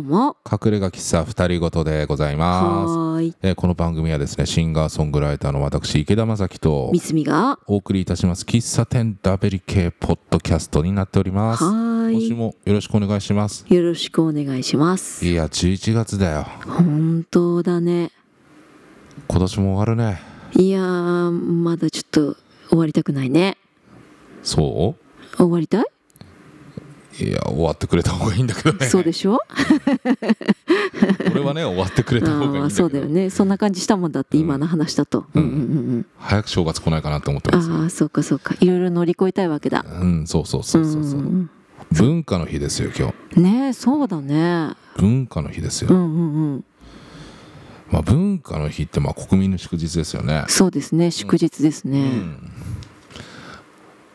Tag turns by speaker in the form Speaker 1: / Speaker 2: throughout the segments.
Speaker 1: 隠れ家喫茶二人ごとでございます、
Speaker 2: はーい。
Speaker 1: えーこの番組はですねシンガーソングライターの私池田正樹と
Speaker 2: みつみが。
Speaker 1: お送りいたします喫茶店ダベリ系ポッドキャストになっております
Speaker 2: は
Speaker 1: 今
Speaker 2: ー
Speaker 1: 週もよろしくお願いします
Speaker 2: い。よろしくお願いします。
Speaker 1: いや11月だよ
Speaker 2: 本当だね。
Speaker 1: 今年も終わるね
Speaker 2: いやー、まだちょっと終わりたくないね。
Speaker 1: そ
Speaker 2: 終わりた
Speaker 1: う
Speaker 2: い。
Speaker 1: いや終わってくれた方がいいんだけどね
Speaker 2: そうでしょ
Speaker 1: 俺はね終わってくれた方がいいんだけ
Speaker 2: あ
Speaker 1: ど
Speaker 2: あ、そうだよね。そんな感じしたもんだって、今の話だと。うんうんうん
Speaker 1: 早く正月来ないかなと思って
Speaker 2: う
Speaker 1: ます
Speaker 2: ん。ああ、そうか、そうか。いろいろ乗り越えたいわけだ。
Speaker 1: うんそうそうそうそうそううん文化の日ですよ今日
Speaker 2: ねえ、そうだね。
Speaker 1: 文化の日ですよ、
Speaker 2: うんうんうん。
Speaker 1: まあ、文化の日ってまあ国民の祝日ですよね、
Speaker 2: そうですね。祝日です
Speaker 1: う
Speaker 2: ね。
Speaker 1: ん、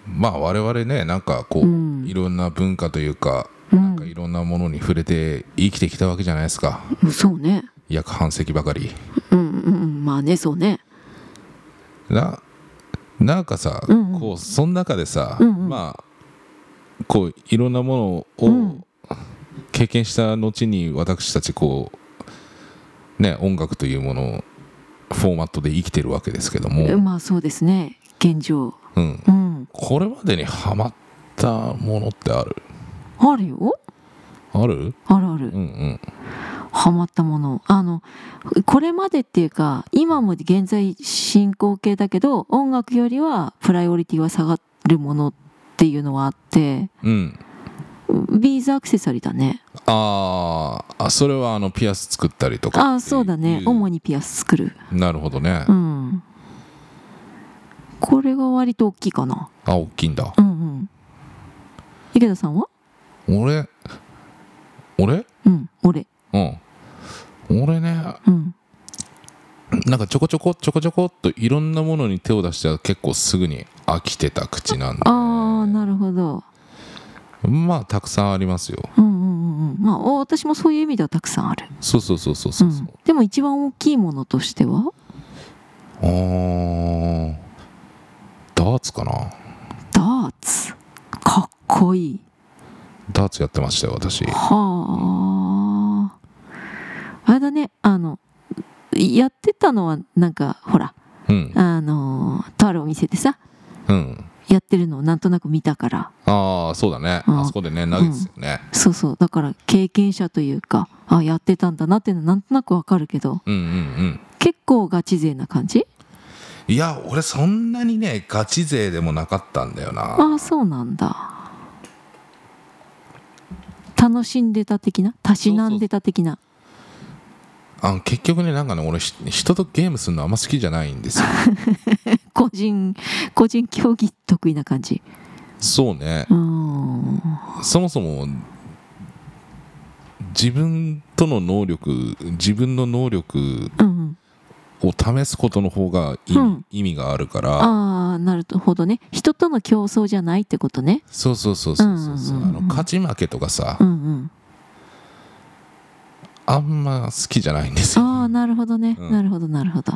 Speaker 1: まあ我々ねなんかこう、
Speaker 2: うん
Speaker 1: いろんな文化というか
Speaker 2: うん
Speaker 1: なんかいろんなものに触れて生きてきたわけじゃないですか
Speaker 2: そうね。
Speaker 1: 約半世紀ばかり
Speaker 2: うんうんうん。まあね、そうね。
Speaker 1: ななんかさ、
Speaker 2: うんうん
Speaker 1: こうその中でさ、
Speaker 2: うんうん
Speaker 1: まあこういろんなもの
Speaker 2: う
Speaker 1: を
Speaker 2: ん
Speaker 1: 経験した後に私たちこうね音楽というものをフォーマットで生きてるわけですけども、
Speaker 2: まあそうですね。現状。
Speaker 1: うん、
Speaker 2: うん。
Speaker 1: これまでにハマったものってある
Speaker 2: あるよ。
Speaker 1: ある
Speaker 2: あるある
Speaker 1: うん。うん
Speaker 2: ハマったもの。あの、これまでっていうか、今も現在進行形だけど、音楽よりはプライオリティは下がるものっていうのはあって、
Speaker 1: うん
Speaker 2: ビーズアクセサリーだね。
Speaker 1: あーあそれはあのピアス作ったりとか
Speaker 2: ああ、そうだね。主
Speaker 1: に
Speaker 2: にピアス作る。
Speaker 1: なるほどね、
Speaker 2: うん。これが割と大きいかな。
Speaker 1: あ大きいんだ
Speaker 2: う、んうん。池田さんは
Speaker 1: 俺俺
Speaker 2: うん、俺。
Speaker 1: うん俺ね
Speaker 2: うん。
Speaker 1: なんかちょこちょこちょこちょこっといろんなものに手を出しては結構すぐに飽きてた口なんで
Speaker 2: ああ、なるほど。
Speaker 1: まあたくさんありますよ
Speaker 2: うんうんうんうん。まあ、お私もそういう意味ではたくさんある。
Speaker 1: そうそうそうそうそうそう、
Speaker 2: ん、でも一番大きいものとしては
Speaker 1: あーダーツかな
Speaker 2: ダーツかっこいい
Speaker 1: ダーツやってましたよ私
Speaker 2: はああれだねあのやってたのはなんかほら
Speaker 1: うん
Speaker 2: あのとあるお店でさ
Speaker 1: うん
Speaker 2: やってるのをなんとなく見たから
Speaker 1: ああそうだね
Speaker 2: うん
Speaker 1: あそこでね投げですよね
Speaker 2: そうそうだから経験者というかあやってたんだなっていうのはなんとなくわかるけど
Speaker 1: うんうんうん
Speaker 2: 結構ガチ勢な感じ
Speaker 1: いや俺そんなにねガチ勢でもなかったんだよな
Speaker 2: ああそうなんだ楽しんでた的なたしなんでた的な
Speaker 1: あの結局ねなんかね俺ひ人とゲームするのあんま好きじゃないん ですよ
Speaker 2: 個人個人競技得意な感じ
Speaker 1: そうね
Speaker 2: うーん
Speaker 1: そもそも自分との能力自分の能力
Speaker 2: うん
Speaker 1: を試すことの方が意味,、
Speaker 2: うん
Speaker 1: 意味があるから
Speaker 2: ああなるほどね人との競争じゃないってことね
Speaker 1: そうそうそうそうそうそう
Speaker 2: うんうんうんうん
Speaker 1: あの勝ち負けとかさ、
Speaker 2: うんうん
Speaker 1: あんま好きじゃないんですよ
Speaker 2: ああなるほどね、
Speaker 1: うん
Speaker 2: なるほどなるほど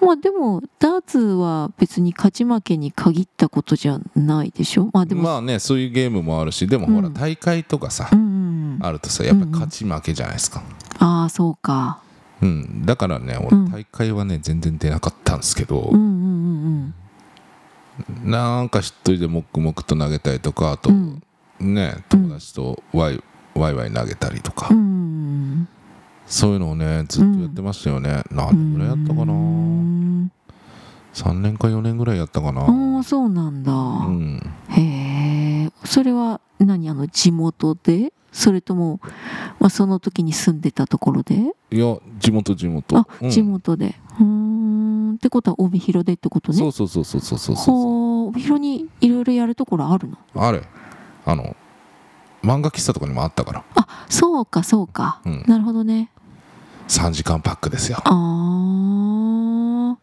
Speaker 2: まあでもダーツは別に勝ち負けに限ったことじゃないでしょまあでも、
Speaker 1: まあねそういうゲームもあるしでもほら
Speaker 2: うん
Speaker 1: 大会とかさ、
Speaker 2: うんうんうん
Speaker 1: あるとさやっぱ勝ち負けじゃないですか、
Speaker 2: ああそうか
Speaker 1: うんだからね
Speaker 2: うん
Speaker 1: 俺大会はね全然出なかったんですけど
Speaker 2: う、んうんうん
Speaker 1: なんか一人で黙々と投げたりとかあと、
Speaker 2: うん
Speaker 1: ね友達とワイワイワイ投げたりとか、
Speaker 2: うんうん
Speaker 1: そういうのをねずっとやってましたよね、何年ぐらいやったかな、
Speaker 2: うん
Speaker 1: 3年か4年ぐらいやったかな、
Speaker 2: ああそうなんだ、
Speaker 1: うん
Speaker 2: へえそれは何あの地元でそれとも、まあ、その時に住んでたところで
Speaker 1: いや地元地元
Speaker 2: あ
Speaker 1: うん
Speaker 2: 地元でうーんってことは帯広でってことね
Speaker 1: そうそうそうそうそうそうそう
Speaker 2: ほう帯広にいろいろやるところあるの
Speaker 1: あれあの漫画喫茶とかにもあったから
Speaker 2: そうかそうか、
Speaker 1: うん
Speaker 2: なるほどね
Speaker 1: 3時間パックですよ
Speaker 2: あー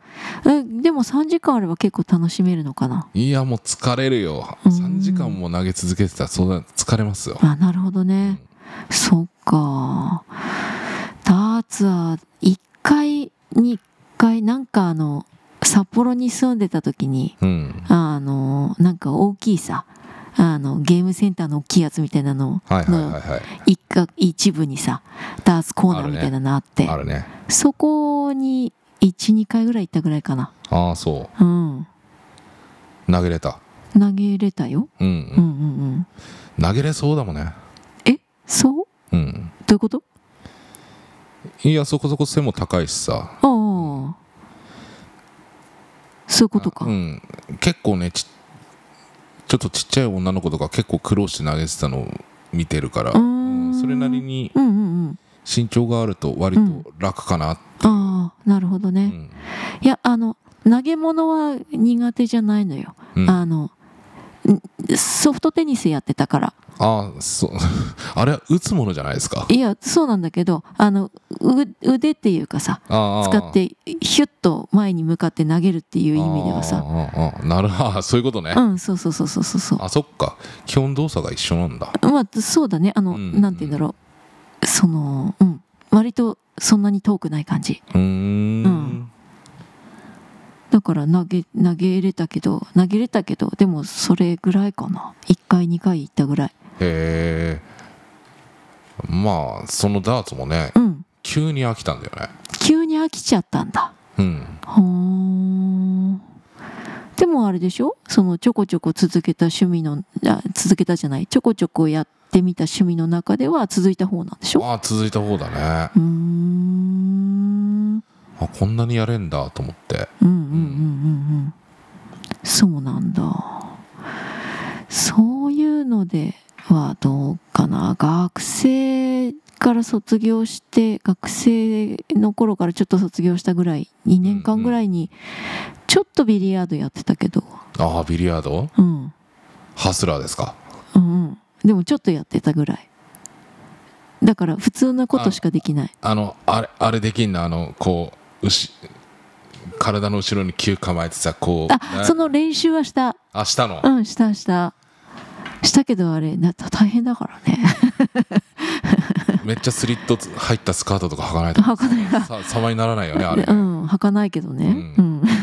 Speaker 2: えでも3時間あれば結構楽しめるのかない
Speaker 1: やもう疲れるよ
Speaker 2: うん
Speaker 1: 3時間も投げ続けてたらそんな疲れますよ
Speaker 2: あなるほどね、そっかダーツは1回に1回なんかあの札幌に住んでた時に
Speaker 1: うん
Speaker 2: あのなんか大きいさあのゲームセンターの大きいやつみたいなの
Speaker 1: はいはい
Speaker 2: の
Speaker 1: はいはい
Speaker 2: 一角一部にさダーツコーナーみたいなのあって
Speaker 1: あるね
Speaker 2: そこに12回ぐらい行ったぐらいかな
Speaker 1: ああそ
Speaker 2: うん
Speaker 1: う投げれた
Speaker 2: 投げれたよ、
Speaker 1: うん、うん
Speaker 2: う、
Speaker 1: ん、
Speaker 2: うんうん
Speaker 1: 投げれそうだもんね
Speaker 2: えそ
Speaker 1: う
Speaker 2: う
Speaker 1: ん
Speaker 2: どういうこと
Speaker 1: いやそこそこ背も高いしさ
Speaker 2: ああそういうことか、
Speaker 1: うん結構ねちちょっとちっちゃい女の子とか結構苦労して投げてたのを見てるから、
Speaker 2: うーん
Speaker 1: それなりに
Speaker 2: うんうんうん
Speaker 1: 身長があると割
Speaker 2: うん
Speaker 1: と楽かな、
Speaker 2: ああなるほどね、
Speaker 1: うん
Speaker 2: いやあの投げ物は苦手じゃないのよ、
Speaker 1: うん
Speaker 2: あのんソフトテニスやってたから
Speaker 1: ああそう あれは打つものじゃないですか
Speaker 2: いやそうなんだけどあのう腕っていうかさ
Speaker 1: ああ
Speaker 2: 使ってヒュッと前に向かって投げるっていう意味では
Speaker 1: あ
Speaker 2: さ
Speaker 1: あああなる ほどそういうことね、
Speaker 2: うんそうそうそうそうそうそう
Speaker 1: あそっか基本動作が一緒なんだ
Speaker 2: まあそうだねあの、
Speaker 1: うん
Speaker 2: なんて言うんだろうそのうん割とそんなに遠くない感じ
Speaker 1: うーん
Speaker 2: うんだから投げ投げれたけど投げれたけどでもそれぐらいかな1回2回行ったぐらい
Speaker 1: へえまあそのダーツもね
Speaker 2: うん
Speaker 1: 急に飽きたんだよね
Speaker 2: 急に飽きちゃったんだ
Speaker 1: うん
Speaker 2: ほーんでもあれでしょそのちょこちょこ続けた趣味のあ続けたじゃないちょこちょこやってみた趣味の中では続いた方なんでしょ
Speaker 1: ああ続いた方だね
Speaker 2: うーん
Speaker 1: あこんなにやれんだと思って
Speaker 2: うんうんうんうんうんそうなんだそういうのではどうかな学生から卒業して学生の頃からちょっと卒業したぐらい2年間ぐらいにちょっとビリヤードやってたけど
Speaker 1: ああビリヤード
Speaker 2: うん
Speaker 1: ハスラーですか
Speaker 2: うんうんでもちょっとやってたぐらいだから普通なことしかできない
Speaker 1: あのあれあれできんなあのこううし体の後ろに球構えてさこう
Speaker 2: あその練習はした
Speaker 1: あしたの
Speaker 2: うんしたしたしたけどあれな大変だからね
Speaker 1: めっちゃスリットつ入ったスカートとか履かないと
Speaker 2: はかない
Speaker 1: さ様にならないよねあれ
Speaker 2: でうん履かないけどね、う
Speaker 1: うん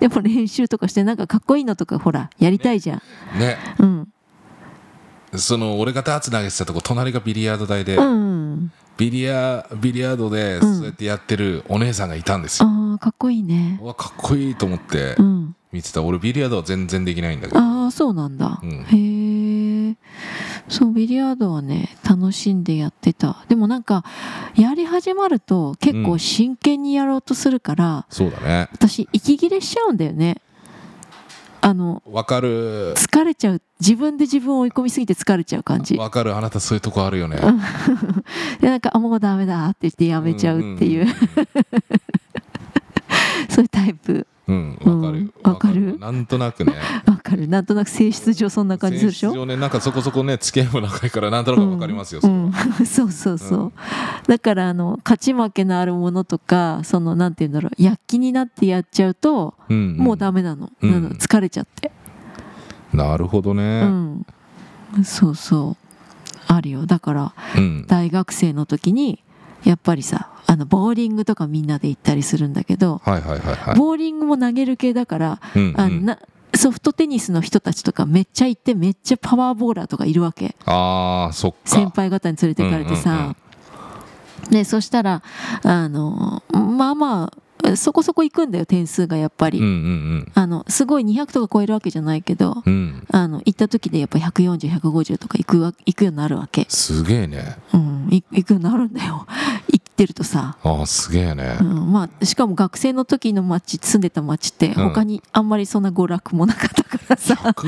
Speaker 2: でも練習とかしてなんかかっこいいのとかほらやりたいじゃん、
Speaker 1: ね
Speaker 2: うん
Speaker 1: その俺がダーツ投げてたとこ隣がビリヤード台で、
Speaker 2: うん
Speaker 1: ビリヤビリヤードで
Speaker 2: うん
Speaker 1: そうやってやってるお姉さんがいたんですよ、
Speaker 2: ああかっこいいね
Speaker 1: うわかっこいいと思って
Speaker 2: うん
Speaker 1: 見てた俺ビリヤードは全然できないんだけど
Speaker 2: ああそうなんだ、
Speaker 1: うん
Speaker 2: へえそうビリヤードはね楽しんでやってたでもなんかやり始まると結
Speaker 1: う
Speaker 2: 構
Speaker 1: ん
Speaker 2: 真剣にやろうとするから、
Speaker 1: そうだね
Speaker 2: 私息切れしちゃうんだよねあの
Speaker 1: わかる
Speaker 2: 疲れちゃう自分で自分を追い込みすぎて疲れちゃう感じ
Speaker 1: わかるあなたそういうとこあるよね
Speaker 2: でなんかあもうダメだって言ってやめちゃうっていう、 そういうタイプ
Speaker 1: うんうんわかる
Speaker 2: うんわかる
Speaker 1: なんとなくね
Speaker 2: わかるなんとなく性質上そんな感じするでし
Speaker 1: 性質
Speaker 2: ょ
Speaker 1: 上ねなんかそこそこね付き合いも長いからなんとなくわかりますよ、
Speaker 2: うん、うん そうそうそう、
Speaker 1: うん
Speaker 2: だからあの勝ち負けのあるものとかそのなんて言うんだろう躍起になってやっちゃうと、
Speaker 1: うん
Speaker 2: もうダメなの,、
Speaker 1: うん
Speaker 2: なの疲れちゃって
Speaker 1: なるほどね、
Speaker 2: うん、そうそうあるよだから
Speaker 1: うん
Speaker 2: 大学生の時にやっぱりさあのボーリングとかみんなで行ったりするんだけど、
Speaker 1: はいはいはいはい
Speaker 2: ボーリングも投げる系だから、
Speaker 1: うんうん
Speaker 2: あのなソフトテニスの人たちとかめっちゃ行ってめっちゃパワーボーラーとかいるわけ
Speaker 1: あーそっか
Speaker 2: 先輩方に連れてかれて
Speaker 1: うんうん
Speaker 2: さ、でそしたらあのまあまあそこそこ行くんだよ点数がやっぱり、
Speaker 1: うんうん
Speaker 2: あのすごい200とか超えるわけじゃないけど、
Speaker 1: うんうん
Speaker 2: あの行った時でやっぱ140150とか行くわ行くようになるわけ、
Speaker 1: すげえね
Speaker 2: うん、い行くようになるんだよ 行ってるとさ
Speaker 1: あーすげえね
Speaker 2: うんまあ、しかも学生の時の町住んでた町って他にあんまりそんな娯楽もなかったからさ、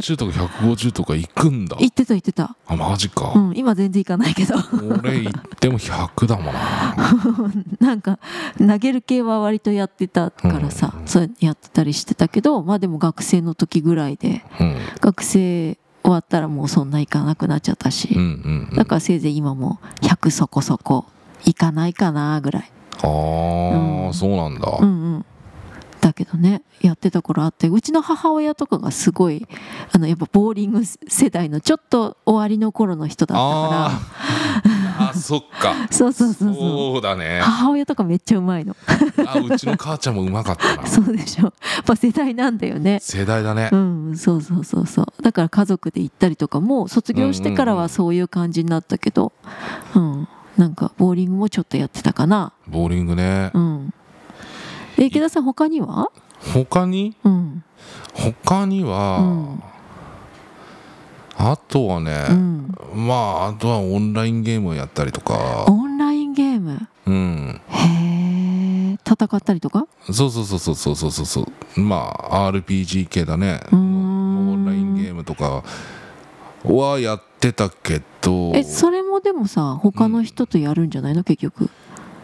Speaker 1: 140とか150とか行くんだ
Speaker 2: 行ってた行ってた、
Speaker 1: あマジか
Speaker 2: う、ん、今全然行かないけど
Speaker 1: 俺行っても100だもんな
Speaker 2: なんか投げる系は割とやってたからさ、
Speaker 1: うん
Speaker 2: そうやってたりしてたけどまあでも学生の時ぐらいで
Speaker 1: うん
Speaker 2: 学生終わったらもうそんな行かなくなっちゃったし、
Speaker 1: うんうんうん
Speaker 2: だからせいぜい今も100そこそこ行かないかなぐらい
Speaker 1: あー、
Speaker 2: うん
Speaker 1: そうなんだ、
Speaker 2: うんうんだけどねやってた頃あってうちの母親とかがすごいあのやっぱボーリング世代のちょっと終わりの頃の人だったか
Speaker 1: あーああそっか
Speaker 2: そうそうそうそう
Speaker 1: そうだね
Speaker 2: 母親とかめっちゃうまいの
Speaker 1: あうちの母ちゃんもうまかったな
Speaker 2: そうでしょやっぱ世代なんだよね
Speaker 1: 世代だね
Speaker 2: うんそうそうそうそうだから家族で行ったりとかも卒業してからはそういう感じになったけどうんなんかボーリングもちょっとやってたかな
Speaker 1: ボーリングね
Speaker 2: うんえ池田さん他には
Speaker 1: 他に
Speaker 2: うん
Speaker 1: 他には、
Speaker 2: うん
Speaker 1: あとはね
Speaker 2: う、ん
Speaker 1: まああとはオンラインゲームをやったりとか
Speaker 2: オンラインゲーム
Speaker 1: うん
Speaker 2: へえ戦ったりとか
Speaker 1: そうそうそうそうそうそうそうそうまあ RPG 系だね
Speaker 2: うー
Speaker 1: オ
Speaker 2: ん
Speaker 1: ンラインゲームとかはやってたけど
Speaker 2: えそれもでもさ他の人とやるんじゃないの結局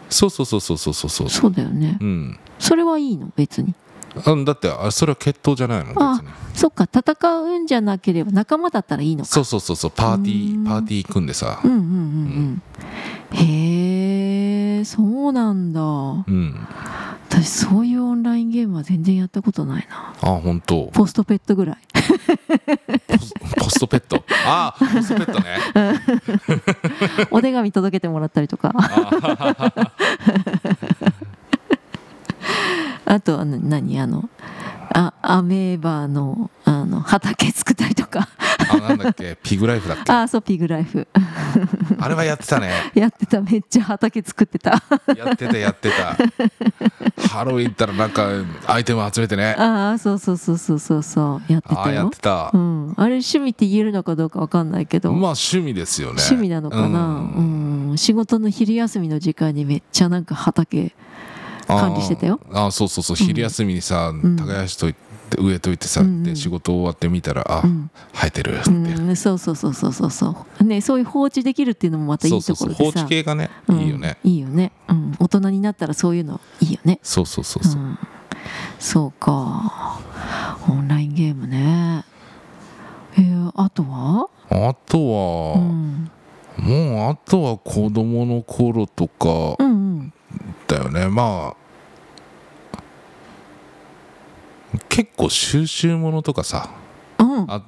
Speaker 1: そうそうそうそうそうそうそう
Speaker 2: そうだよね
Speaker 1: うん
Speaker 2: それはいいの別に
Speaker 1: あだってあそれは決闘じゃないもん別に
Speaker 2: そっか戦うんじゃなければ仲間だったらいいのか
Speaker 1: そうそうそうそうパーティ
Speaker 2: うーん
Speaker 1: ーパーティー組んでさ
Speaker 2: うんうんうんうんへえそうなんだ
Speaker 1: うん
Speaker 2: 私そういうオンラインゲームは全然やったことないな
Speaker 1: あ本当
Speaker 2: ポストペットぐらい
Speaker 1: ポスポストペットあポストペットね
Speaker 2: お手紙届けてもらったりと かあとはな何あのあアメーバのあの畑作ったり とか
Speaker 1: あなんだっけピグライフだっけ
Speaker 2: あそうピグライフ
Speaker 1: あれはやってたね
Speaker 2: やってためっちゃ畑作っ てた
Speaker 1: やってたやってたハロウィン行ったらなんかアイテム集めてね
Speaker 2: ああそうそうそうそうそうそうやって
Speaker 1: あ
Speaker 2: た
Speaker 1: あや
Speaker 2: よ
Speaker 1: ってた
Speaker 2: う、ん、あれ趣味って言えるのかどうかわかんないけど、
Speaker 1: まあ趣味ですよね
Speaker 2: 趣味なのか
Speaker 1: う
Speaker 2: な、うんん仕事の昼休みの時間にめっちゃなんか畑管理してたよ
Speaker 1: あーあーそうそうそう昼休みにさ、
Speaker 2: ん
Speaker 1: 耕しといて植えといてさ、
Speaker 2: うんうん
Speaker 1: で仕事終わってみたらあ、
Speaker 2: うん
Speaker 1: 生えてるって、
Speaker 2: うん、そうそうそうそうそうそうねそういう放置できるっていうのもまたい
Speaker 1: そう
Speaker 2: い
Speaker 1: そ
Speaker 2: と
Speaker 1: うそ
Speaker 2: こ
Speaker 1: う
Speaker 2: ろ
Speaker 1: 放
Speaker 2: でさ
Speaker 1: 置系がね、いいよね
Speaker 2: うん、いいよね、うん、大人になったらそういうのいいよね
Speaker 1: そうそうそう
Speaker 2: う
Speaker 1: そう、
Speaker 2: んそうかオンラインゲームねえー、あとは
Speaker 1: あとは、
Speaker 2: うん
Speaker 1: もうあとは子供の頃とか
Speaker 2: うんうん
Speaker 1: だよね、まあ結構収集物とかさ
Speaker 2: うん
Speaker 1: あ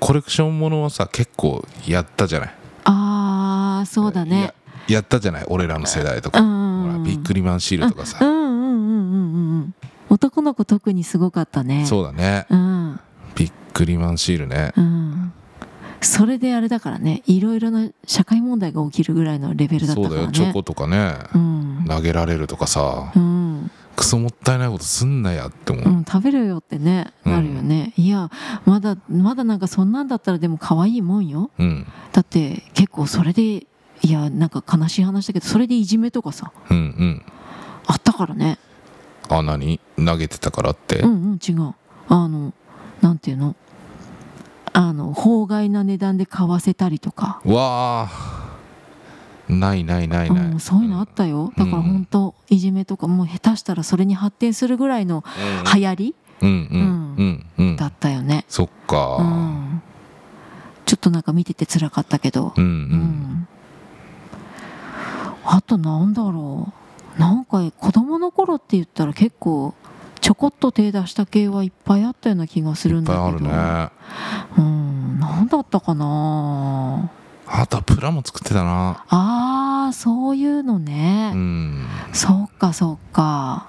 Speaker 1: コレクション物はさ結構やったじゃない
Speaker 2: あーそうだね
Speaker 1: ややったじゃない俺らの世代とか、
Speaker 2: うん
Speaker 1: ほらビックリマンシールとかさ、
Speaker 2: うんうんうんうんうんうん男の子特にすごかったね
Speaker 1: そうだね
Speaker 2: うん
Speaker 1: ビックリマンシールね
Speaker 2: うんそれであれだからねいろいろな社会問題が起きるぐらいのレベルだった
Speaker 1: そ
Speaker 2: か
Speaker 1: うだ
Speaker 2: ら
Speaker 1: よチョ
Speaker 2: ね
Speaker 1: コとかね、
Speaker 2: うん
Speaker 1: 投げられるとかさ、
Speaker 2: うん、
Speaker 1: クソもったいないことすんなやって思
Speaker 2: う
Speaker 1: う、
Speaker 2: ん、食べるよってね
Speaker 1: うん
Speaker 2: なるよね、いやまだまだなんかそんなんだったらでも可愛いもんよ
Speaker 1: うん
Speaker 2: だって結構それでいやなんか悲しい話だけどそれでいじめとかさ
Speaker 1: うんうん
Speaker 2: あったからね
Speaker 1: あ何投げてたからって、
Speaker 2: うんうん違うあのなんていうのあの法外な値段で買わせたりとか、
Speaker 1: わあないないないない、
Speaker 2: うん、そういうのあったよだから本当いじめとかもう下手したらそれに発展するぐらいの流行り
Speaker 1: うんうんうんうん、
Speaker 2: だったよね
Speaker 1: そっ
Speaker 2: う
Speaker 1: か、
Speaker 2: んちょっとなんか見てて辛かったけど
Speaker 1: うん、うん
Speaker 2: うんあとなんだろうなんか子供の頃って言ったら結構ちょこっと手出した系はいっぱいあったような気がする
Speaker 1: い
Speaker 2: ん
Speaker 1: っ
Speaker 2: だ
Speaker 1: ぱいあ
Speaker 2: け
Speaker 1: る
Speaker 2: ど
Speaker 1: ねあ
Speaker 2: うん何だったかな
Speaker 1: とはプラも作ってたな
Speaker 2: あーそういうのね、
Speaker 1: うん
Speaker 2: そうかそうか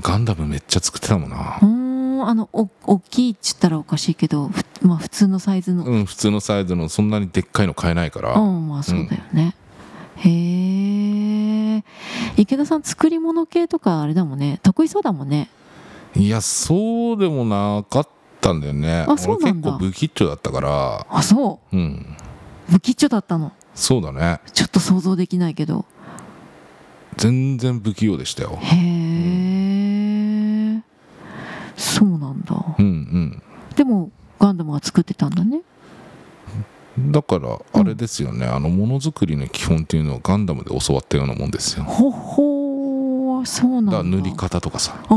Speaker 1: ガンダムめっちゃ作ってたもんな
Speaker 2: うーんあのお大きいっちったらおかしいけどふまあ普通のサイズの
Speaker 1: うん普通のサイズのそんなにでっかいの買えないから、
Speaker 2: うんまあそうだよね、へえ池田さん作り物系とかあれだもんね得意そうだもんね
Speaker 1: いやそうでもなかったんだよね
Speaker 2: あそうなんだ
Speaker 1: 俺結構不吉祥だったから
Speaker 2: あそ
Speaker 1: うん
Speaker 2: う不吉祥だったの
Speaker 1: そうだね
Speaker 2: ちょっと想像できないけど
Speaker 1: 全然不器用でしたよ
Speaker 2: へえ、そうなんだ
Speaker 1: うん
Speaker 2: でもガンダムが作ってたんだね
Speaker 1: うんだからあれですよね、あのものづくりの基本っていうのをガンダムで教わったようなもんですよ
Speaker 2: ほほーそう
Speaker 1: だ
Speaker 2: なん
Speaker 1: か
Speaker 2: だ
Speaker 1: ら塗り方とかさ
Speaker 2: あ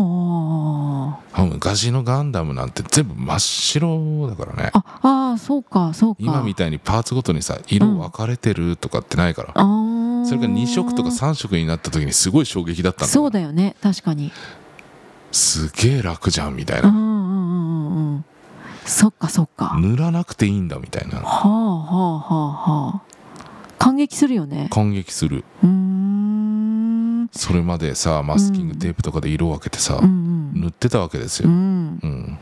Speaker 1: あ昔のガンダムなんて全部真っ白だからね
Speaker 2: あああーそうかそうか
Speaker 1: 今みたいにパーツごとにさ色分かれてるとかってないから、
Speaker 2: あー
Speaker 1: それが2色とか3色になった時にすごい衝撃だったんだ
Speaker 2: そうだよね確かに
Speaker 1: すげえ楽じゃんみたい
Speaker 2: う
Speaker 1: な
Speaker 2: んうんうんうんうんそっかそっか
Speaker 1: 塗らなくていいんだみたいな
Speaker 2: はあはあはあはあ感激するよね
Speaker 1: 感激する
Speaker 2: うーんうん
Speaker 1: それまでさマスキングテープとかで色を分けてさ、
Speaker 2: うん
Speaker 1: 塗ってたわけです
Speaker 2: う
Speaker 1: よ、
Speaker 2: ん
Speaker 1: うん、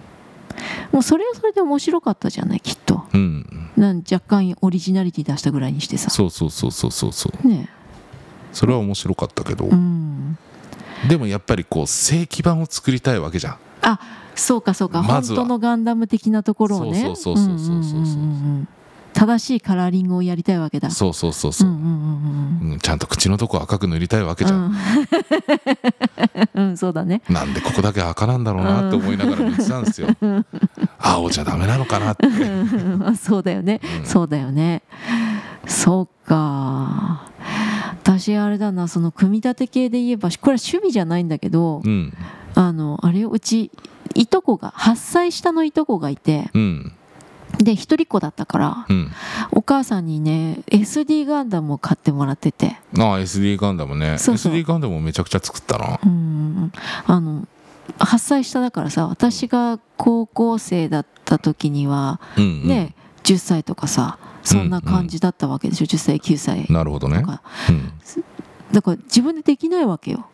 Speaker 2: もうそれはそれで面白かったじゃないきっと
Speaker 1: うん、
Speaker 2: なん若干オリジナリティ出したぐらいにしてさ
Speaker 1: そうそうそうそうそうそう
Speaker 2: ね
Speaker 1: それは面白かったけど、
Speaker 2: うん
Speaker 1: でもやっぱりこう正規版を作りたいわけじゃん
Speaker 2: あそうかそうか
Speaker 1: ま
Speaker 2: 本
Speaker 1: ずは
Speaker 2: 当のガンダム的なところをね
Speaker 1: そうそうそうそうそうそうそうん
Speaker 2: んんん正しいカラーリングをやりたいわけだ
Speaker 1: そうそうそうそう、
Speaker 2: うんうんうん
Speaker 1: うんちゃんと口のとこ赤く塗りたいわけじゃん、
Speaker 2: うんうんそうだね
Speaker 1: なんでここだけ赤なんだろうなって思いながら塗ってたんですよ、青じゃダメなのかなって、
Speaker 2: うんあそうだよね、
Speaker 1: うん
Speaker 2: そうだよねそうか私あれだなその組み立て系で言えばこれは趣味じゃないんだけど、
Speaker 1: うん
Speaker 2: あのあれようちいとこが8歳下のいとこがいて
Speaker 1: うん
Speaker 2: で一人っ子だったから
Speaker 1: うん
Speaker 2: お母さんにね SD ガンダムを買ってもらってて
Speaker 1: ああ SD ガンダムね
Speaker 2: そうそう
Speaker 1: SD ガンダムもめちゃくちゃ作ったな
Speaker 2: うんあの8歳下だからさ私が高校生だった時には
Speaker 1: うん、うん、
Speaker 2: ね、10歳とかさそんな感じだったわけでしょ、10歳9歳
Speaker 1: なるほどね
Speaker 2: と、か
Speaker 1: うん、
Speaker 2: だから自分でできないわけよ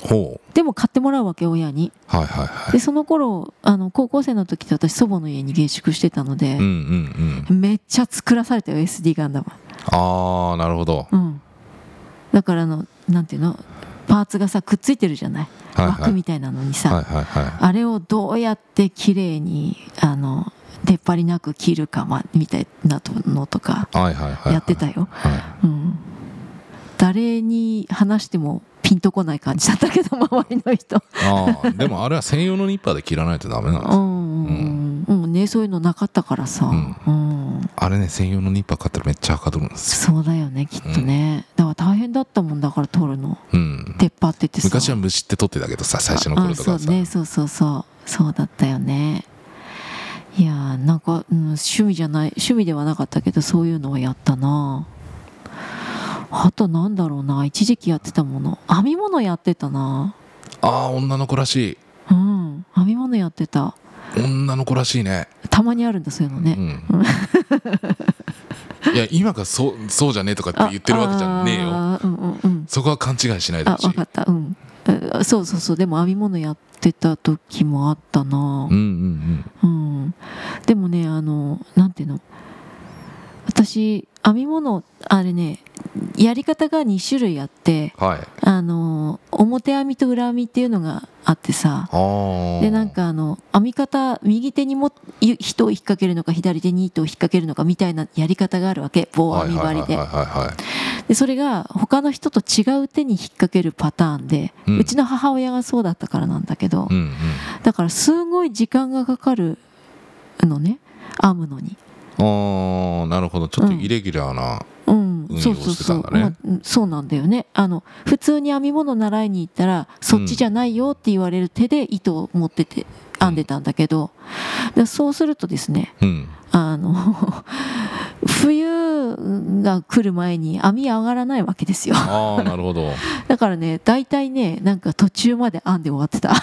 Speaker 1: ほう
Speaker 2: でも買ってもらうわけ親に
Speaker 1: はいはいは
Speaker 2: でその頃あの高校生の時って私祖母の家に下宿してたので
Speaker 1: いうんう、んうん
Speaker 2: めっちゃ作らされたよ SD ガンダム
Speaker 1: ああなるほど
Speaker 2: うんだからあのなんていうのパーツがさくっついてるじゃない、
Speaker 1: はいは
Speaker 2: 枠
Speaker 1: い
Speaker 2: みたいなのにさ、
Speaker 1: はいはいは
Speaker 2: あれをどうやって綺麗にあの出っ張りなく切るか、ま、みたいなのとか
Speaker 1: いはいはいはい
Speaker 2: やってたよ、
Speaker 1: は
Speaker 2: うん、誰に話してもピンとこない感じだったけど周りの人
Speaker 1: い、ああでもあれは専用のニッパーで切らないとダメなんです
Speaker 2: う
Speaker 1: よ
Speaker 2: んうんうん、うん、ねそういうのなかったからさ、
Speaker 1: うん
Speaker 2: うん
Speaker 1: あれね専用のニッパー買ったらめっちゃはかどるんですよ、
Speaker 2: そうだよねきっとね、だから大変だったもんだから取るの
Speaker 1: うん、
Speaker 2: 出っ張っててさ
Speaker 1: 昔は虫って取ってたけどさ最初の頃とかは
Speaker 2: ああそ
Speaker 1: さ
Speaker 2: うねそうそうそうそうだったよねいやーなんか、うん、趣味じゃない趣味ではなかったけどそういうのはやったなあとなんだろうな一時期やってたもの編み物やってたな
Speaker 1: ああ女の子らしい
Speaker 2: うん編み物やってた
Speaker 1: 女の子らしいね
Speaker 2: たまにあるんだそういうのね、
Speaker 1: うん、いや今がそうそうじゃねえとかって言ってるわけじゃねえよ
Speaker 2: ああーうんうんうん
Speaker 1: そこは勘違いしないで
Speaker 2: あ
Speaker 1: ほし
Speaker 2: 分
Speaker 1: い
Speaker 2: かったうんえそうそうそうでも編み物やってた時もあったな
Speaker 1: うんうん
Speaker 2: うん、でもねあのなんていうの私編み物あれねやり方が2種類あって
Speaker 1: うんはい
Speaker 2: あの表編みと裏編みっていうのがあってさ
Speaker 1: ああ
Speaker 2: でなんかあの編み方右手にもゆ糸を引っ掛けるのか左手に糸を引っ掛けるのかみたいなやり方があるわけ棒
Speaker 1: はい
Speaker 2: 編み
Speaker 1: はい
Speaker 2: 針
Speaker 1: はい
Speaker 2: で
Speaker 1: はいはい
Speaker 2: でそれが他の人と違う手に引っ掛けるパターンで、
Speaker 1: う
Speaker 2: うんちの母親がそうだったからなんだけど、
Speaker 1: うんうん
Speaker 2: だからすごい時間がかかるのね編むのに。
Speaker 1: ああなるほどちょっとイレギュラーな、
Speaker 2: うん
Speaker 1: 運、用
Speaker 2: そうそう
Speaker 1: してた
Speaker 2: そ
Speaker 1: ん
Speaker 2: う、
Speaker 1: だね
Speaker 2: まあうんそうなんだよねあの普通に編み物習いに行ったらそっちじゃないよって言われる手で糸を持ってて編んでたんだけど、でそうするとですね
Speaker 1: うん
Speaker 2: あの 冬が来る前に編み上がらないわけですよ
Speaker 1: ああなるほど
Speaker 2: だからね大体ねなんか途中まで編んで終わってた
Speaker 1: あ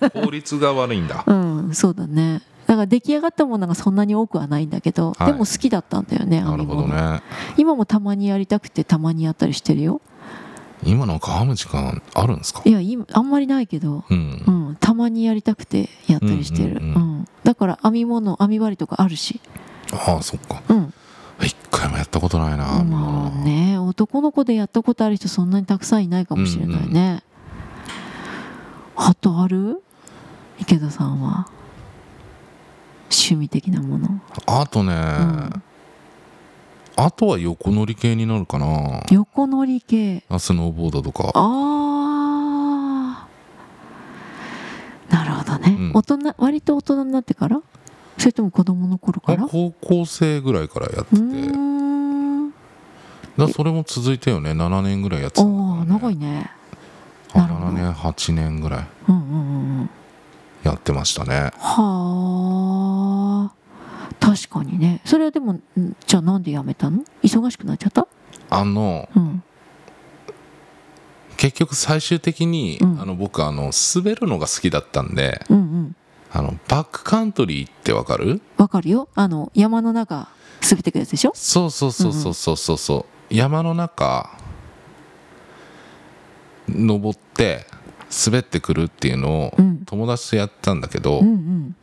Speaker 1: あ効率が悪いんだ
Speaker 2: うんそうだねだから出来上がったものがそんなに多くはないんだけど、
Speaker 1: はい
Speaker 2: でも好きだったんだよね
Speaker 1: な
Speaker 2: 編
Speaker 1: る
Speaker 2: み
Speaker 1: ほど
Speaker 2: 物、
Speaker 1: ね
Speaker 2: 今もたまにやりたくてたまにやったりしてるよ
Speaker 1: 今なんか編む時間あるんですか
Speaker 2: いや今あんまりないけど、
Speaker 1: うん
Speaker 2: う、ん、たまにやりたくてやったりしてる、
Speaker 1: う
Speaker 2: うんん
Speaker 1: うんうん
Speaker 2: だから編み物編み針とかあるし、
Speaker 1: ああそっか
Speaker 2: うん、
Speaker 1: 一回もやったことないな編み
Speaker 2: ま
Speaker 1: 物
Speaker 2: あね男の子でやったことある人そんなにたくさんいないかもしれないね、あとある池田さんは趣味的なもの
Speaker 1: あとね、
Speaker 2: ん
Speaker 1: あとは横乗り系になるかな
Speaker 2: 横乗り系
Speaker 1: あスノーボードとか
Speaker 2: あーなるほどね、
Speaker 1: うん
Speaker 2: 大人割と大人になってからそれとも子供の頃から
Speaker 1: 高校生ぐらいからやってて
Speaker 2: うー
Speaker 1: だか
Speaker 2: ん
Speaker 1: らそれも続いたよね7年ぐらいやってたの
Speaker 2: おお
Speaker 1: かな
Speaker 2: 長いね
Speaker 1: あ
Speaker 2: なるほ
Speaker 1: 7
Speaker 2: ど
Speaker 1: 年8年ぐらい
Speaker 2: うんうんうんうん
Speaker 1: やってましたね
Speaker 2: はあ確かにねそれはでもんじゃあなんでやめたの忙しくなっちゃった
Speaker 1: あの
Speaker 2: うん
Speaker 1: 結局最終的に、
Speaker 2: うん
Speaker 1: あの僕あの滑るのが好きだったんで
Speaker 2: うんうん
Speaker 1: あのバックカントリーってわかる
Speaker 2: わかるよあの山の中滑ってくやつでしょ
Speaker 1: そうそうそうそうそうそうそう山の中登って滑ってくるっていうのを
Speaker 2: うん
Speaker 1: 友達とやったんだけど、
Speaker 2: うんうん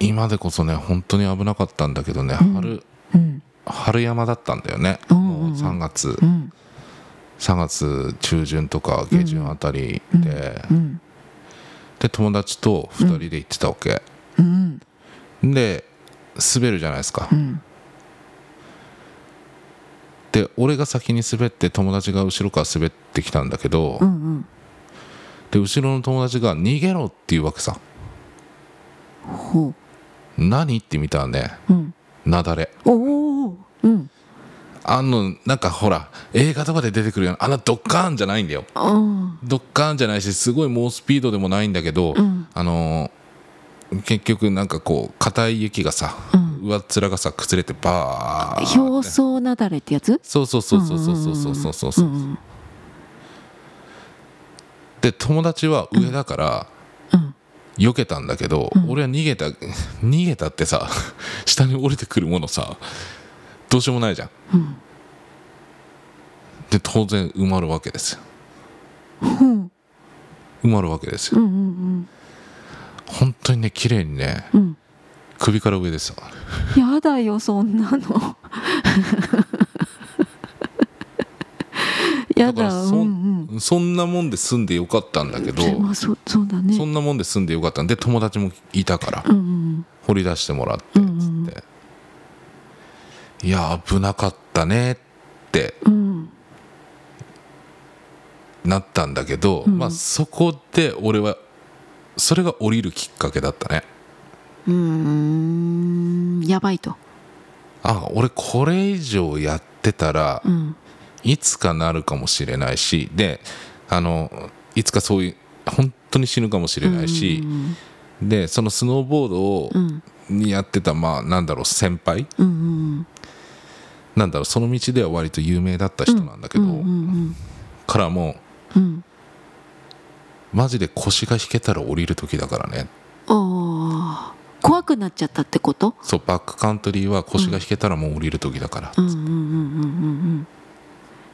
Speaker 1: 今でこそね本当に危なかったんだけどね、
Speaker 2: うん
Speaker 1: 春
Speaker 2: うん
Speaker 1: 春山だったんだよね、
Speaker 2: うんうんうん
Speaker 1: もう3月、
Speaker 2: うん
Speaker 1: 3月中旬とか下旬あたりで、
Speaker 2: うん
Speaker 1: で友達と2人で行ってたわけ、
Speaker 2: うん
Speaker 1: で滑るじゃないですか、
Speaker 2: うん
Speaker 1: で俺が先に滑って友達が後ろから滑ってきたんだけど、
Speaker 2: うんうん
Speaker 1: で後ろの友達が「逃げろ」って言うわけさ
Speaker 2: ほ
Speaker 1: 「何?」って見たらね
Speaker 2: ううん
Speaker 1: 雪崩
Speaker 2: おおうん
Speaker 1: あのなんかほら映画とかで出てくるようなあんなドッカーンじゃないんだよ
Speaker 2: あ
Speaker 1: ドッカーンじゃないしすごい猛スピードでもないんだけど、
Speaker 2: うん
Speaker 1: あのー結局なんかこう硬い雪がさ、
Speaker 2: うん
Speaker 1: 上っ面がさ崩れてバー
Speaker 2: あ
Speaker 1: って
Speaker 2: 表層なだれってやつ
Speaker 1: そうそうそうそうそうそうそうそうそう、
Speaker 2: んん
Speaker 1: で友達は上だから、
Speaker 2: うん
Speaker 1: 避けたんだけど、俺は逃げた 逃げたってさ 下に降りてくるものさどうしようもないじゃん、
Speaker 2: うん
Speaker 1: で当然埋まるわけですよ
Speaker 2: うん
Speaker 1: 埋まるわけです
Speaker 2: う
Speaker 1: よ、
Speaker 2: んうん
Speaker 1: 本当にね綺麗にね
Speaker 2: うんうん
Speaker 1: 首から上ですよ
Speaker 2: やだよそんなのや
Speaker 1: だから
Speaker 2: だ
Speaker 1: そ,、
Speaker 2: うん
Speaker 1: ん、そんなもんで住んでよかったんだけ
Speaker 2: うん
Speaker 1: ど
Speaker 2: でもそうそうだね
Speaker 1: そんなもんで住んでよかったんで友達もいたから
Speaker 2: うんうん
Speaker 1: 掘り出してもらってつって、
Speaker 2: うんうん
Speaker 1: いや危なかったねって
Speaker 2: うん
Speaker 1: なったんだけど、
Speaker 2: うん
Speaker 1: まあそこで俺はそれが降りるきっかけだったね
Speaker 2: うーんやばいと
Speaker 1: あ俺これ以上やってたら
Speaker 2: うん
Speaker 1: いつかなるかもしれないしであのいつかそういう本当に死ぬかもしれないし、
Speaker 2: うん
Speaker 1: でそのスノーボードを
Speaker 2: うん
Speaker 1: やってた、まあなんだろう先輩
Speaker 2: うんうん
Speaker 1: なんだろうその道では割と有名だった人なんだけど、
Speaker 2: うんうん
Speaker 1: からも
Speaker 2: うんうん
Speaker 1: マジで腰が引けたら降りる時だからね
Speaker 2: ああ怖くなっちゃったってこと
Speaker 1: そうバックカントリーは腰が引けたらもう降りる時だから
Speaker 2: うんうんうんうんうんうん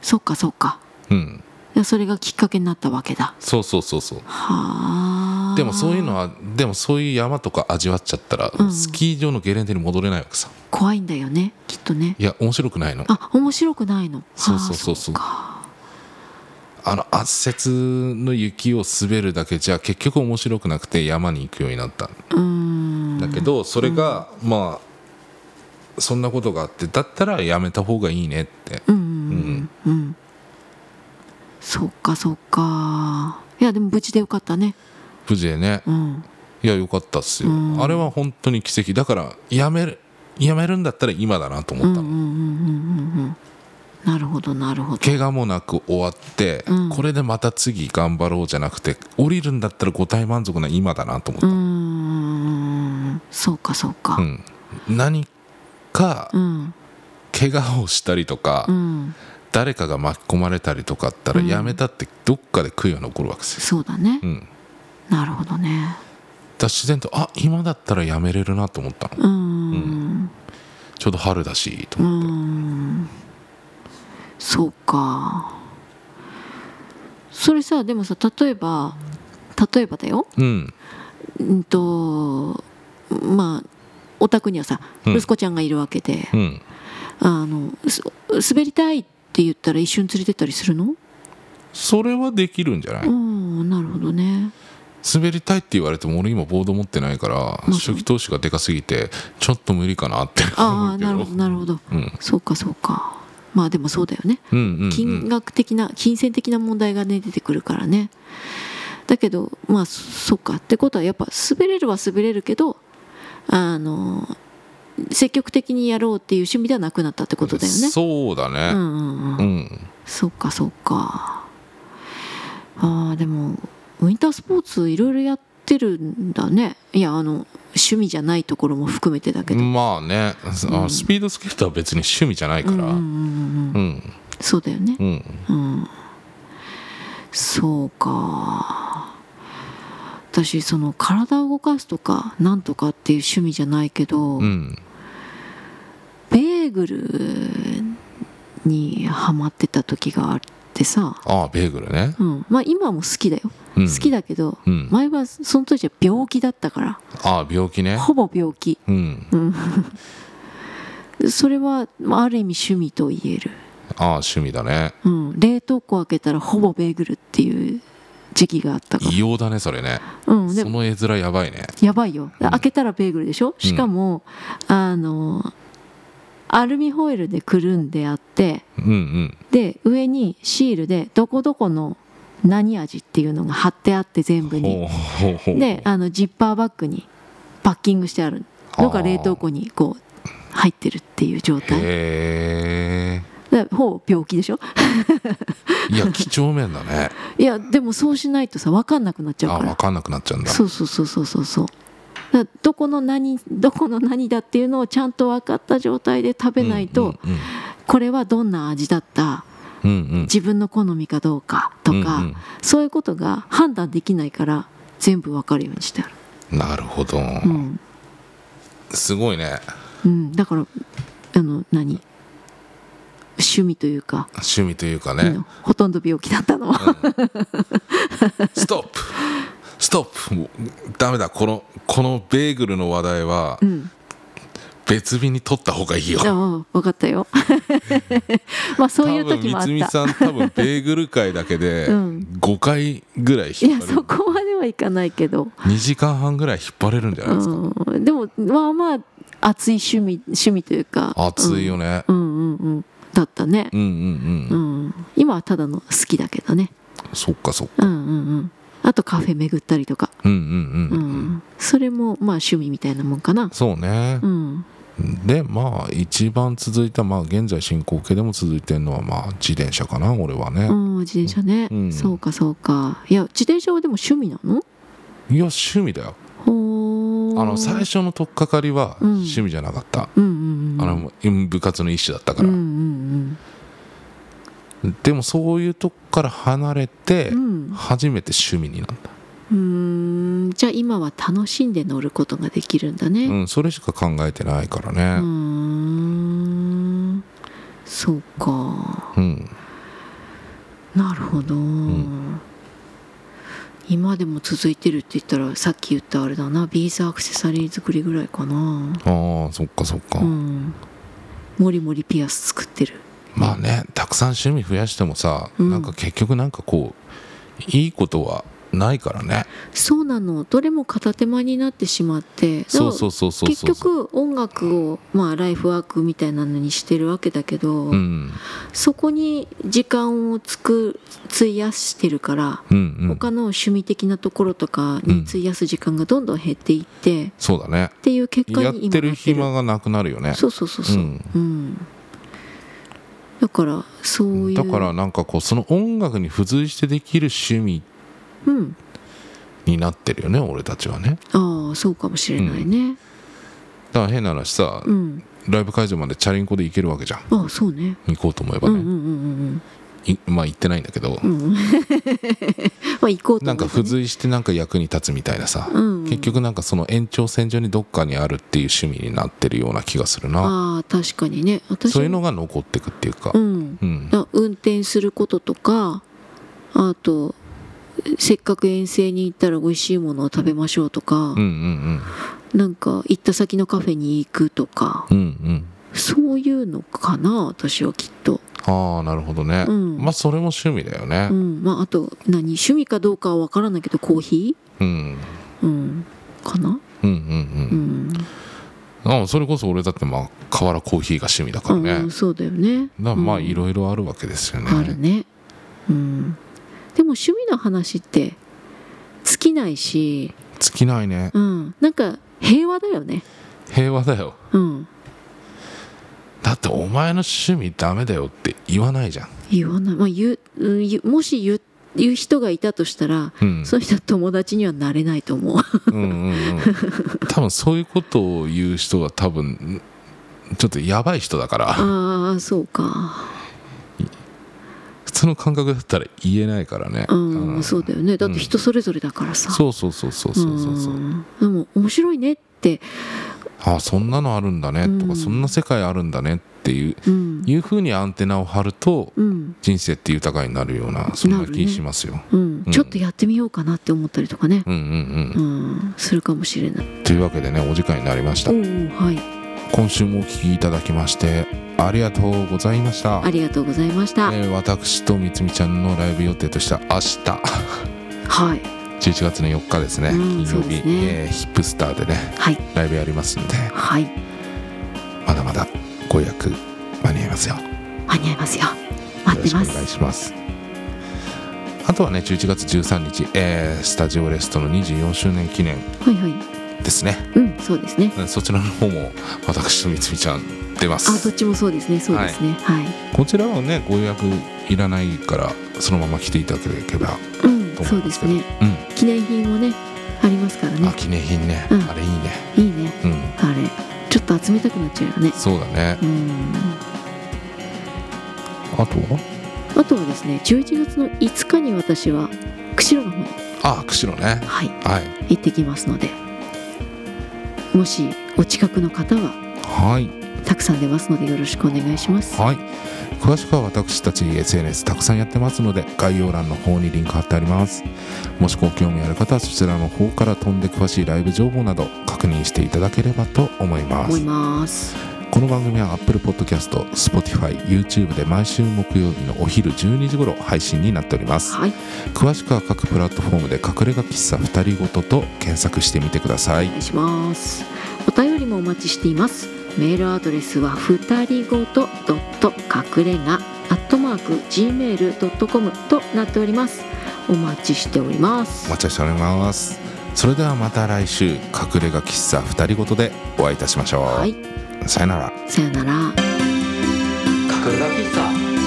Speaker 2: そっかそっか
Speaker 1: うん、
Speaker 2: いやそれがきっかけになったわけだ
Speaker 1: そうそうそうそう
Speaker 2: はあ
Speaker 1: でもそういうのはでもそういう山とか味わっちゃったら、
Speaker 2: うん
Speaker 1: スキー場のゲレンデに戻れないわけさ
Speaker 2: 怖いんだよねきっとね
Speaker 1: いや面白くないの
Speaker 2: あ面白くないの
Speaker 1: そうそうそうそう
Speaker 2: あ
Speaker 1: あの圧雪の雪を滑るだけじゃ結局面白くなくて山に行くようになったん
Speaker 2: ーそっかうーん
Speaker 1: だけど、それがまあそんなことがあってだったらやめた方がいいねって
Speaker 2: うんうんうんうんそっかそっかいやでも無事でよかったね
Speaker 1: 無事でね
Speaker 2: うん
Speaker 1: いやよかったっすよ、
Speaker 2: うん
Speaker 1: あれは本当に奇跡だからやめるやめるんだったら今だなと思
Speaker 2: うん
Speaker 1: っ
Speaker 2: うんう
Speaker 1: た
Speaker 2: ん
Speaker 1: の、
Speaker 2: うんうんうんなるほどなるほど
Speaker 1: 怪我もなく終わって、
Speaker 2: うん
Speaker 1: これでまた次頑張ろうじゃなくて降りるんだったら五体満足な今だなと思っ
Speaker 2: う
Speaker 1: た、
Speaker 2: ーんそうかそうか
Speaker 1: うん何か
Speaker 2: うん
Speaker 1: 怪我をしたりとか、
Speaker 2: うん
Speaker 1: 誰かが巻き込まれたりとかあったら
Speaker 2: うん
Speaker 1: やめたってどっかで悔いが残るわけですよ、
Speaker 2: そうだね
Speaker 1: うん、だか
Speaker 2: なるほどね
Speaker 1: ら自然とあ今だったらやめれるなと思ったの
Speaker 2: うーん
Speaker 1: ちょうど春だしと
Speaker 2: うー
Speaker 1: 思って、
Speaker 2: んそうかそれさでもさ例えば例えばだよ
Speaker 1: うん
Speaker 2: うんとまあお宅にはさ
Speaker 1: うん
Speaker 2: 息子ちゃんがいるわけで、
Speaker 1: うん、
Speaker 2: あのす滑りたいって言ったら一緒に連れてったりするの
Speaker 1: それはできるんじゃない、
Speaker 2: うんなるほどね
Speaker 1: 滑りたいって言われても俺今ボード持ってないから
Speaker 2: うん
Speaker 1: 初期投資がでかすぎてちょっと無理かなって
Speaker 2: あ
Speaker 1: 思
Speaker 2: あ
Speaker 1: うけ
Speaker 2: なるほどなるほど
Speaker 1: うん
Speaker 2: そうかそうかまあでもそうだよね
Speaker 1: うんうんうん
Speaker 2: 金額的な金銭的な問題がね出てくるからねだけどまあそそうかってことはやっぱ滑れるは滑れるけどあの積極的にやろうっていう趣味ではなくなったってことだよね
Speaker 1: そうだ
Speaker 2: う
Speaker 1: ね
Speaker 2: んうん
Speaker 1: う
Speaker 2: う
Speaker 1: んん
Speaker 2: そうかそうかあーでもウィンタースポーツいろいろやってるんだねいやあの趣味じゃないところも含めてだけど、
Speaker 1: まあねあスピードスケートは別に趣味じゃないから
Speaker 2: うんうん
Speaker 1: う
Speaker 2: う
Speaker 1: ん
Speaker 2: うん
Speaker 1: ん
Speaker 2: そうだよね
Speaker 1: うん
Speaker 2: うん、そうか私その体を動かすとかなんとかっていう趣味じゃないけど、
Speaker 1: うん
Speaker 2: ベーーグルにハマってた時があってさ、
Speaker 1: ああベーグルね、
Speaker 2: うん、まあ今も好きだよ、
Speaker 1: うん、
Speaker 2: 好きだけど、
Speaker 1: うん
Speaker 2: 前はその当時は病気だったから
Speaker 1: ああ病気ね
Speaker 2: ほぼ病気
Speaker 1: うん
Speaker 2: それはまあある意味趣味と言える、
Speaker 1: ああ趣味だね
Speaker 2: うん、冷凍庫開けたらほぼベーグルっていう時期があったか
Speaker 1: 異様だねそれね
Speaker 2: ら、うん、で
Speaker 1: その絵面やばいね
Speaker 2: やばいよ
Speaker 1: うん
Speaker 2: 開けたらベーグルでしょしかも、あのアルミホイルでくるんであって
Speaker 1: うんうん
Speaker 2: で上にシールでどこどこの何味っていうのが貼ってあって全部に
Speaker 1: ほうほうほう
Speaker 2: であのジッパーバッグにパッキングしてあるのが冷凍庫にこう入ってるっていう状態
Speaker 1: へえ
Speaker 2: だからほぼ病気でしょ
Speaker 1: いや几帳面だね
Speaker 2: いやでもそうしないとさ分かんなくなっちゃ
Speaker 1: あ
Speaker 2: うか
Speaker 1: 分
Speaker 2: ら
Speaker 1: かんなくなっちゃうんだ
Speaker 2: そうそうそうそうそうそうだからどこの何どこの何だっていうのをちゃんと分かった状態で食べないと、
Speaker 1: うん
Speaker 2: これはどんな味だった
Speaker 1: うんうんうん
Speaker 2: 自分の好みかどうかとか、
Speaker 1: うんうん
Speaker 2: そういうことが判断できないから全部わかるようにしてある、
Speaker 1: なるほど、
Speaker 2: うん
Speaker 1: すごいね
Speaker 2: うん、だからあの何趣味というか、
Speaker 1: 趣味というか
Speaker 2: う
Speaker 1: ね
Speaker 2: んほとんど病気だったのは、
Speaker 1: ストップストップもうダメだこのこのベーグルの話題は
Speaker 2: うん、
Speaker 1: 別日に取った方がいいよ
Speaker 2: ああ分かったよ まあそういう時もあ
Speaker 1: 多
Speaker 2: っ
Speaker 1: 分三つ
Speaker 2: た
Speaker 1: さん多分ベーグル界だけで
Speaker 2: うん
Speaker 1: 5回ぐらい
Speaker 2: い
Speaker 1: 引っ
Speaker 2: や
Speaker 1: 張れる
Speaker 2: そこまではいかないけど、
Speaker 1: 2時間半ぐらい引っ張れるんじゃないですか
Speaker 2: うん、でもまあまあ熱い趣味趣味というか
Speaker 1: 熱いよね
Speaker 2: うんうんうんうんだったね
Speaker 1: うんうん
Speaker 2: う
Speaker 1: うん
Speaker 2: ん、今はただの好きだけどね
Speaker 1: そっかそっか
Speaker 2: うんうんうんあとカフェ巡ったりとか、
Speaker 1: うんう
Speaker 2: うん
Speaker 1: うん
Speaker 2: ん、それもまあ趣味みたいなもんかな
Speaker 1: そうね
Speaker 2: うん
Speaker 1: でまあ一番続いたまあ現在進行形でも続いてるのはまあ自転車かな俺はね
Speaker 2: うん自転車ね、
Speaker 1: うん
Speaker 2: そうかそうかいや自転車はでも趣味なの
Speaker 1: いや趣味だよ
Speaker 2: ほー
Speaker 1: あの最初の取っかかりは
Speaker 2: うん
Speaker 1: 趣味じゃなかった、
Speaker 2: うんうんうん
Speaker 1: あの部活の一種だったか
Speaker 2: うん
Speaker 1: ら、
Speaker 2: うん
Speaker 1: でもそういうとこから離れて
Speaker 2: うんうん
Speaker 1: 初めて趣味になった、
Speaker 2: うーんじゃあ今は楽しんで乗ることができるんだね、
Speaker 1: う、
Speaker 2: うん
Speaker 1: それしか考えてないから
Speaker 2: ー
Speaker 1: ね
Speaker 2: んそうか
Speaker 1: うん、
Speaker 2: なるほど、
Speaker 1: ん
Speaker 2: 今でも続いてるって言ったらさっき言ったあれだなビーズアクセサリー作りぐらいかな
Speaker 1: ああそっかそっか、
Speaker 2: うんもりもりピアス作ってる
Speaker 1: まあねたくさん趣味増やしてもさ、
Speaker 2: うん
Speaker 1: なんか結局なんかこういいことはないからね
Speaker 2: そうなのどれも片手間になってしまって
Speaker 1: そうそううそうそう
Speaker 2: 結
Speaker 1: そう
Speaker 2: 局音楽を、まあ、ライフワークみたいなのにしてるわけだけど、
Speaker 1: うん
Speaker 2: そこに時間をつく費やしてるから
Speaker 1: うんうん
Speaker 2: 他の趣味的なところとかに費やす時間がどんどん減っていって、っ
Speaker 1: そうだね
Speaker 2: ていう結果
Speaker 1: やっ
Speaker 2: に今なっててる
Speaker 1: る暇がなくなるよね
Speaker 2: そうそうそうそう、う
Speaker 1: うんん
Speaker 2: だからそういう
Speaker 1: だからなんかこうその音楽に付随してできる趣味
Speaker 2: うん、
Speaker 1: になってるよね俺たちはね
Speaker 2: ああそうかもしれないね
Speaker 1: だから変な話さ、
Speaker 2: うん、
Speaker 1: ライブ会場までチャリンコで行けるわけじゃん
Speaker 2: ああそうね
Speaker 1: 行こうと思えば
Speaker 2: うん
Speaker 1: ね、
Speaker 2: うんうん
Speaker 1: いまあ行ってないんだけど、
Speaker 2: うんうん まあ行こうと
Speaker 1: な
Speaker 2: 思
Speaker 1: ん
Speaker 2: えば
Speaker 1: か付
Speaker 2: ね
Speaker 1: 随してなんか役に立つみたいなさ、
Speaker 2: うん
Speaker 1: 結局なんかその延長線上にどっかにあるっていう趣味になってるような気がするな
Speaker 2: ああ確かにね私も
Speaker 1: そういうのが残ってくっていうか
Speaker 2: うん
Speaker 1: うん
Speaker 2: だ運転することとかあとせっかく遠征に行ったら美味しいものを食べましょうとか
Speaker 1: うん、うん
Speaker 2: なんか行った先のカフェに行くとか
Speaker 1: うんうんうん
Speaker 2: そういうのかな私はきっと、
Speaker 1: ああなるほどね、
Speaker 2: うん
Speaker 1: まあそれも趣味だよね
Speaker 2: うんまあ、あと何趣味かどうかは分からないけどコーヒ
Speaker 1: うん、
Speaker 2: ー、うん、かな、
Speaker 1: うんうんうん
Speaker 2: うん
Speaker 1: ああそれこそ俺だってまあ河原コーヒーが趣味だからね、
Speaker 2: うん、そうだよね
Speaker 1: だからまあ
Speaker 2: うん
Speaker 1: いろいろあるわけですよね、
Speaker 2: あるね、うん、でも趣味の話って尽きないし、
Speaker 1: 尽きないね
Speaker 2: うん、なんか平和だよね
Speaker 1: 平和だよ
Speaker 2: うん
Speaker 1: だってお前の趣味ダメだよって言わないじゃん、
Speaker 2: 言わない、まあ、言ううん言うもし言う言う人がいたとしたら、
Speaker 1: うん、
Speaker 2: その人は友達にはなれないと思う
Speaker 1: うんうんうん多分そういうことを言う人は多分ちょっとやばい人だから
Speaker 2: ああそうか
Speaker 1: 普通の感覚だったら言えないからね、
Speaker 2: うん、
Speaker 1: うん
Speaker 2: そうだよねだって人それぞれだからさ、
Speaker 1: そうそうそうそうそうそうそう
Speaker 2: うんでも面白いねって
Speaker 1: あそんなのあるんだねとか、
Speaker 2: うん
Speaker 1: そんな世界あるんだねっていう
Speaker 2: うん
Speaker 1: いうふうにアンテナを張ると
Speaker 2: うん
Speaker 1: 人生って豊かになるようなそんな気しますよ。
Speaker 2: うん
Speaker 1: うん
Speaker 2: ちょっとやってみようかなって思ったりとかね、
Speaker 1: うんうん
Speaker 2: う、
Speaker 1: うん
Speaker 2: するかもしれない。
Speaker 1: ん、というわけでねお時間になりました
Speaker 2: おうおうはい
Speaker 1: 今週もお聞きいただきましてありがとうございました
Speaker 2: あ、りがとうございました。
Speaker 1: えー私とみつみちゃんのライブ予定としては明日
Speaker 2: はい
Speaker 1: 11月の4日ですね、
Speaker 2: うん
Speaker 1: 金
Speaker 2: そ
Speaker 1: 曜
Speaker 2: う
Speaker 1: 日
Speaker 2: です、ね
Speaker 1: えーヒップスターでね
Speaker 2: はい
Speaker 1: ライブやりますんで
Speaker 2: はい
Speaker 1: まだまだご予約間に合いますよ
Speaker 2: 間に合いますよ。
Speaker 1: よ
Speaker 2: 待っ
Speaker 1: ろしてくお
Speaker 2: ま
Speaker 1: 願い
Speaker 2: す。
Speaker 1: しますあとはね11月13日、えースタジオレストの24周年記念
Speaker 2: はいはい
Speaker 1: ですね
Speaker 2: うんそうですね。
Speaker 1: うんそちらの方も私とみつみちゃん出ま
Speaker 2: あどっ
Speaker 1: す
Speaker 2: ちもそうですねそうですねはい、
Speaker 1: こちらはねご予約いらないからそのまま来ていただければ
Speaker 2: うん
Speaker 1: と
Speaker 2: そ
Speaker 1: 思いうま
Speaker 2: ですす
Speaker 1: けど
Speaker 2: ね
Speaker 1: うん
Speaker 2: 記念品もねありますから
Speaker 1: あ
Speaker 2: ね
Speaker 1: 記念品ね、
Speaker 2: うん
Speaker 1: あれいいね
Speaker 2: いいね
Speaker 1: うん
Speaker 2: あれちょっと集めたくなっちゃうよね。
Speaker 1: そうだね
Speaker 2: うん
Speaker 1: あとは
Speaker 2: あとはですね11月の5日に私は釧路の方に
Speaker 1: あ釧路ね
Speaker 2: はい
Speaker 1: はい
Speaker 2: 行ってきますのでもしお近くの方は
Speaker 1: はい
Speaker 2: たくさん出ますのでよろしくお願いします。
Speaker 1: はい詳しくは私たち SNS たくさんやってますので概要欄の方にリンク貼ってありますもしご興味ある方はそちらの方から飛んで詳しいライブ情報など確認していただければと思います
Speaker 2: 思います。
Speaker 1: この番組は Apple Podcast、Spotify、YouTube で毎週木曜日のお昼12時頃配信になっております
Speaker 2: はい、
Speaker 1: 詳しくは各プラットフォームで隠れ家喫茶二人ごとと検索してみてくださ
Speaker 2: お
Speaker 1: い
Speaker 2: 願いします。お便りもお待ちしています。メールアドレスはふたりごとドット隠れがアットマーク gmail ドットコムとなっております。お待ちしておりま
Speaker 1: お
Speaker 2: す。
Speaker 1: 待ちしておりますそれではまた来週隠れ家喫茶二人ごとでお会いいたしましょう、
Speaker 2: はい、
Speaker 1: さよなら
Speaker 2: さよなら。
Speaker 3: 隠れ家喫茶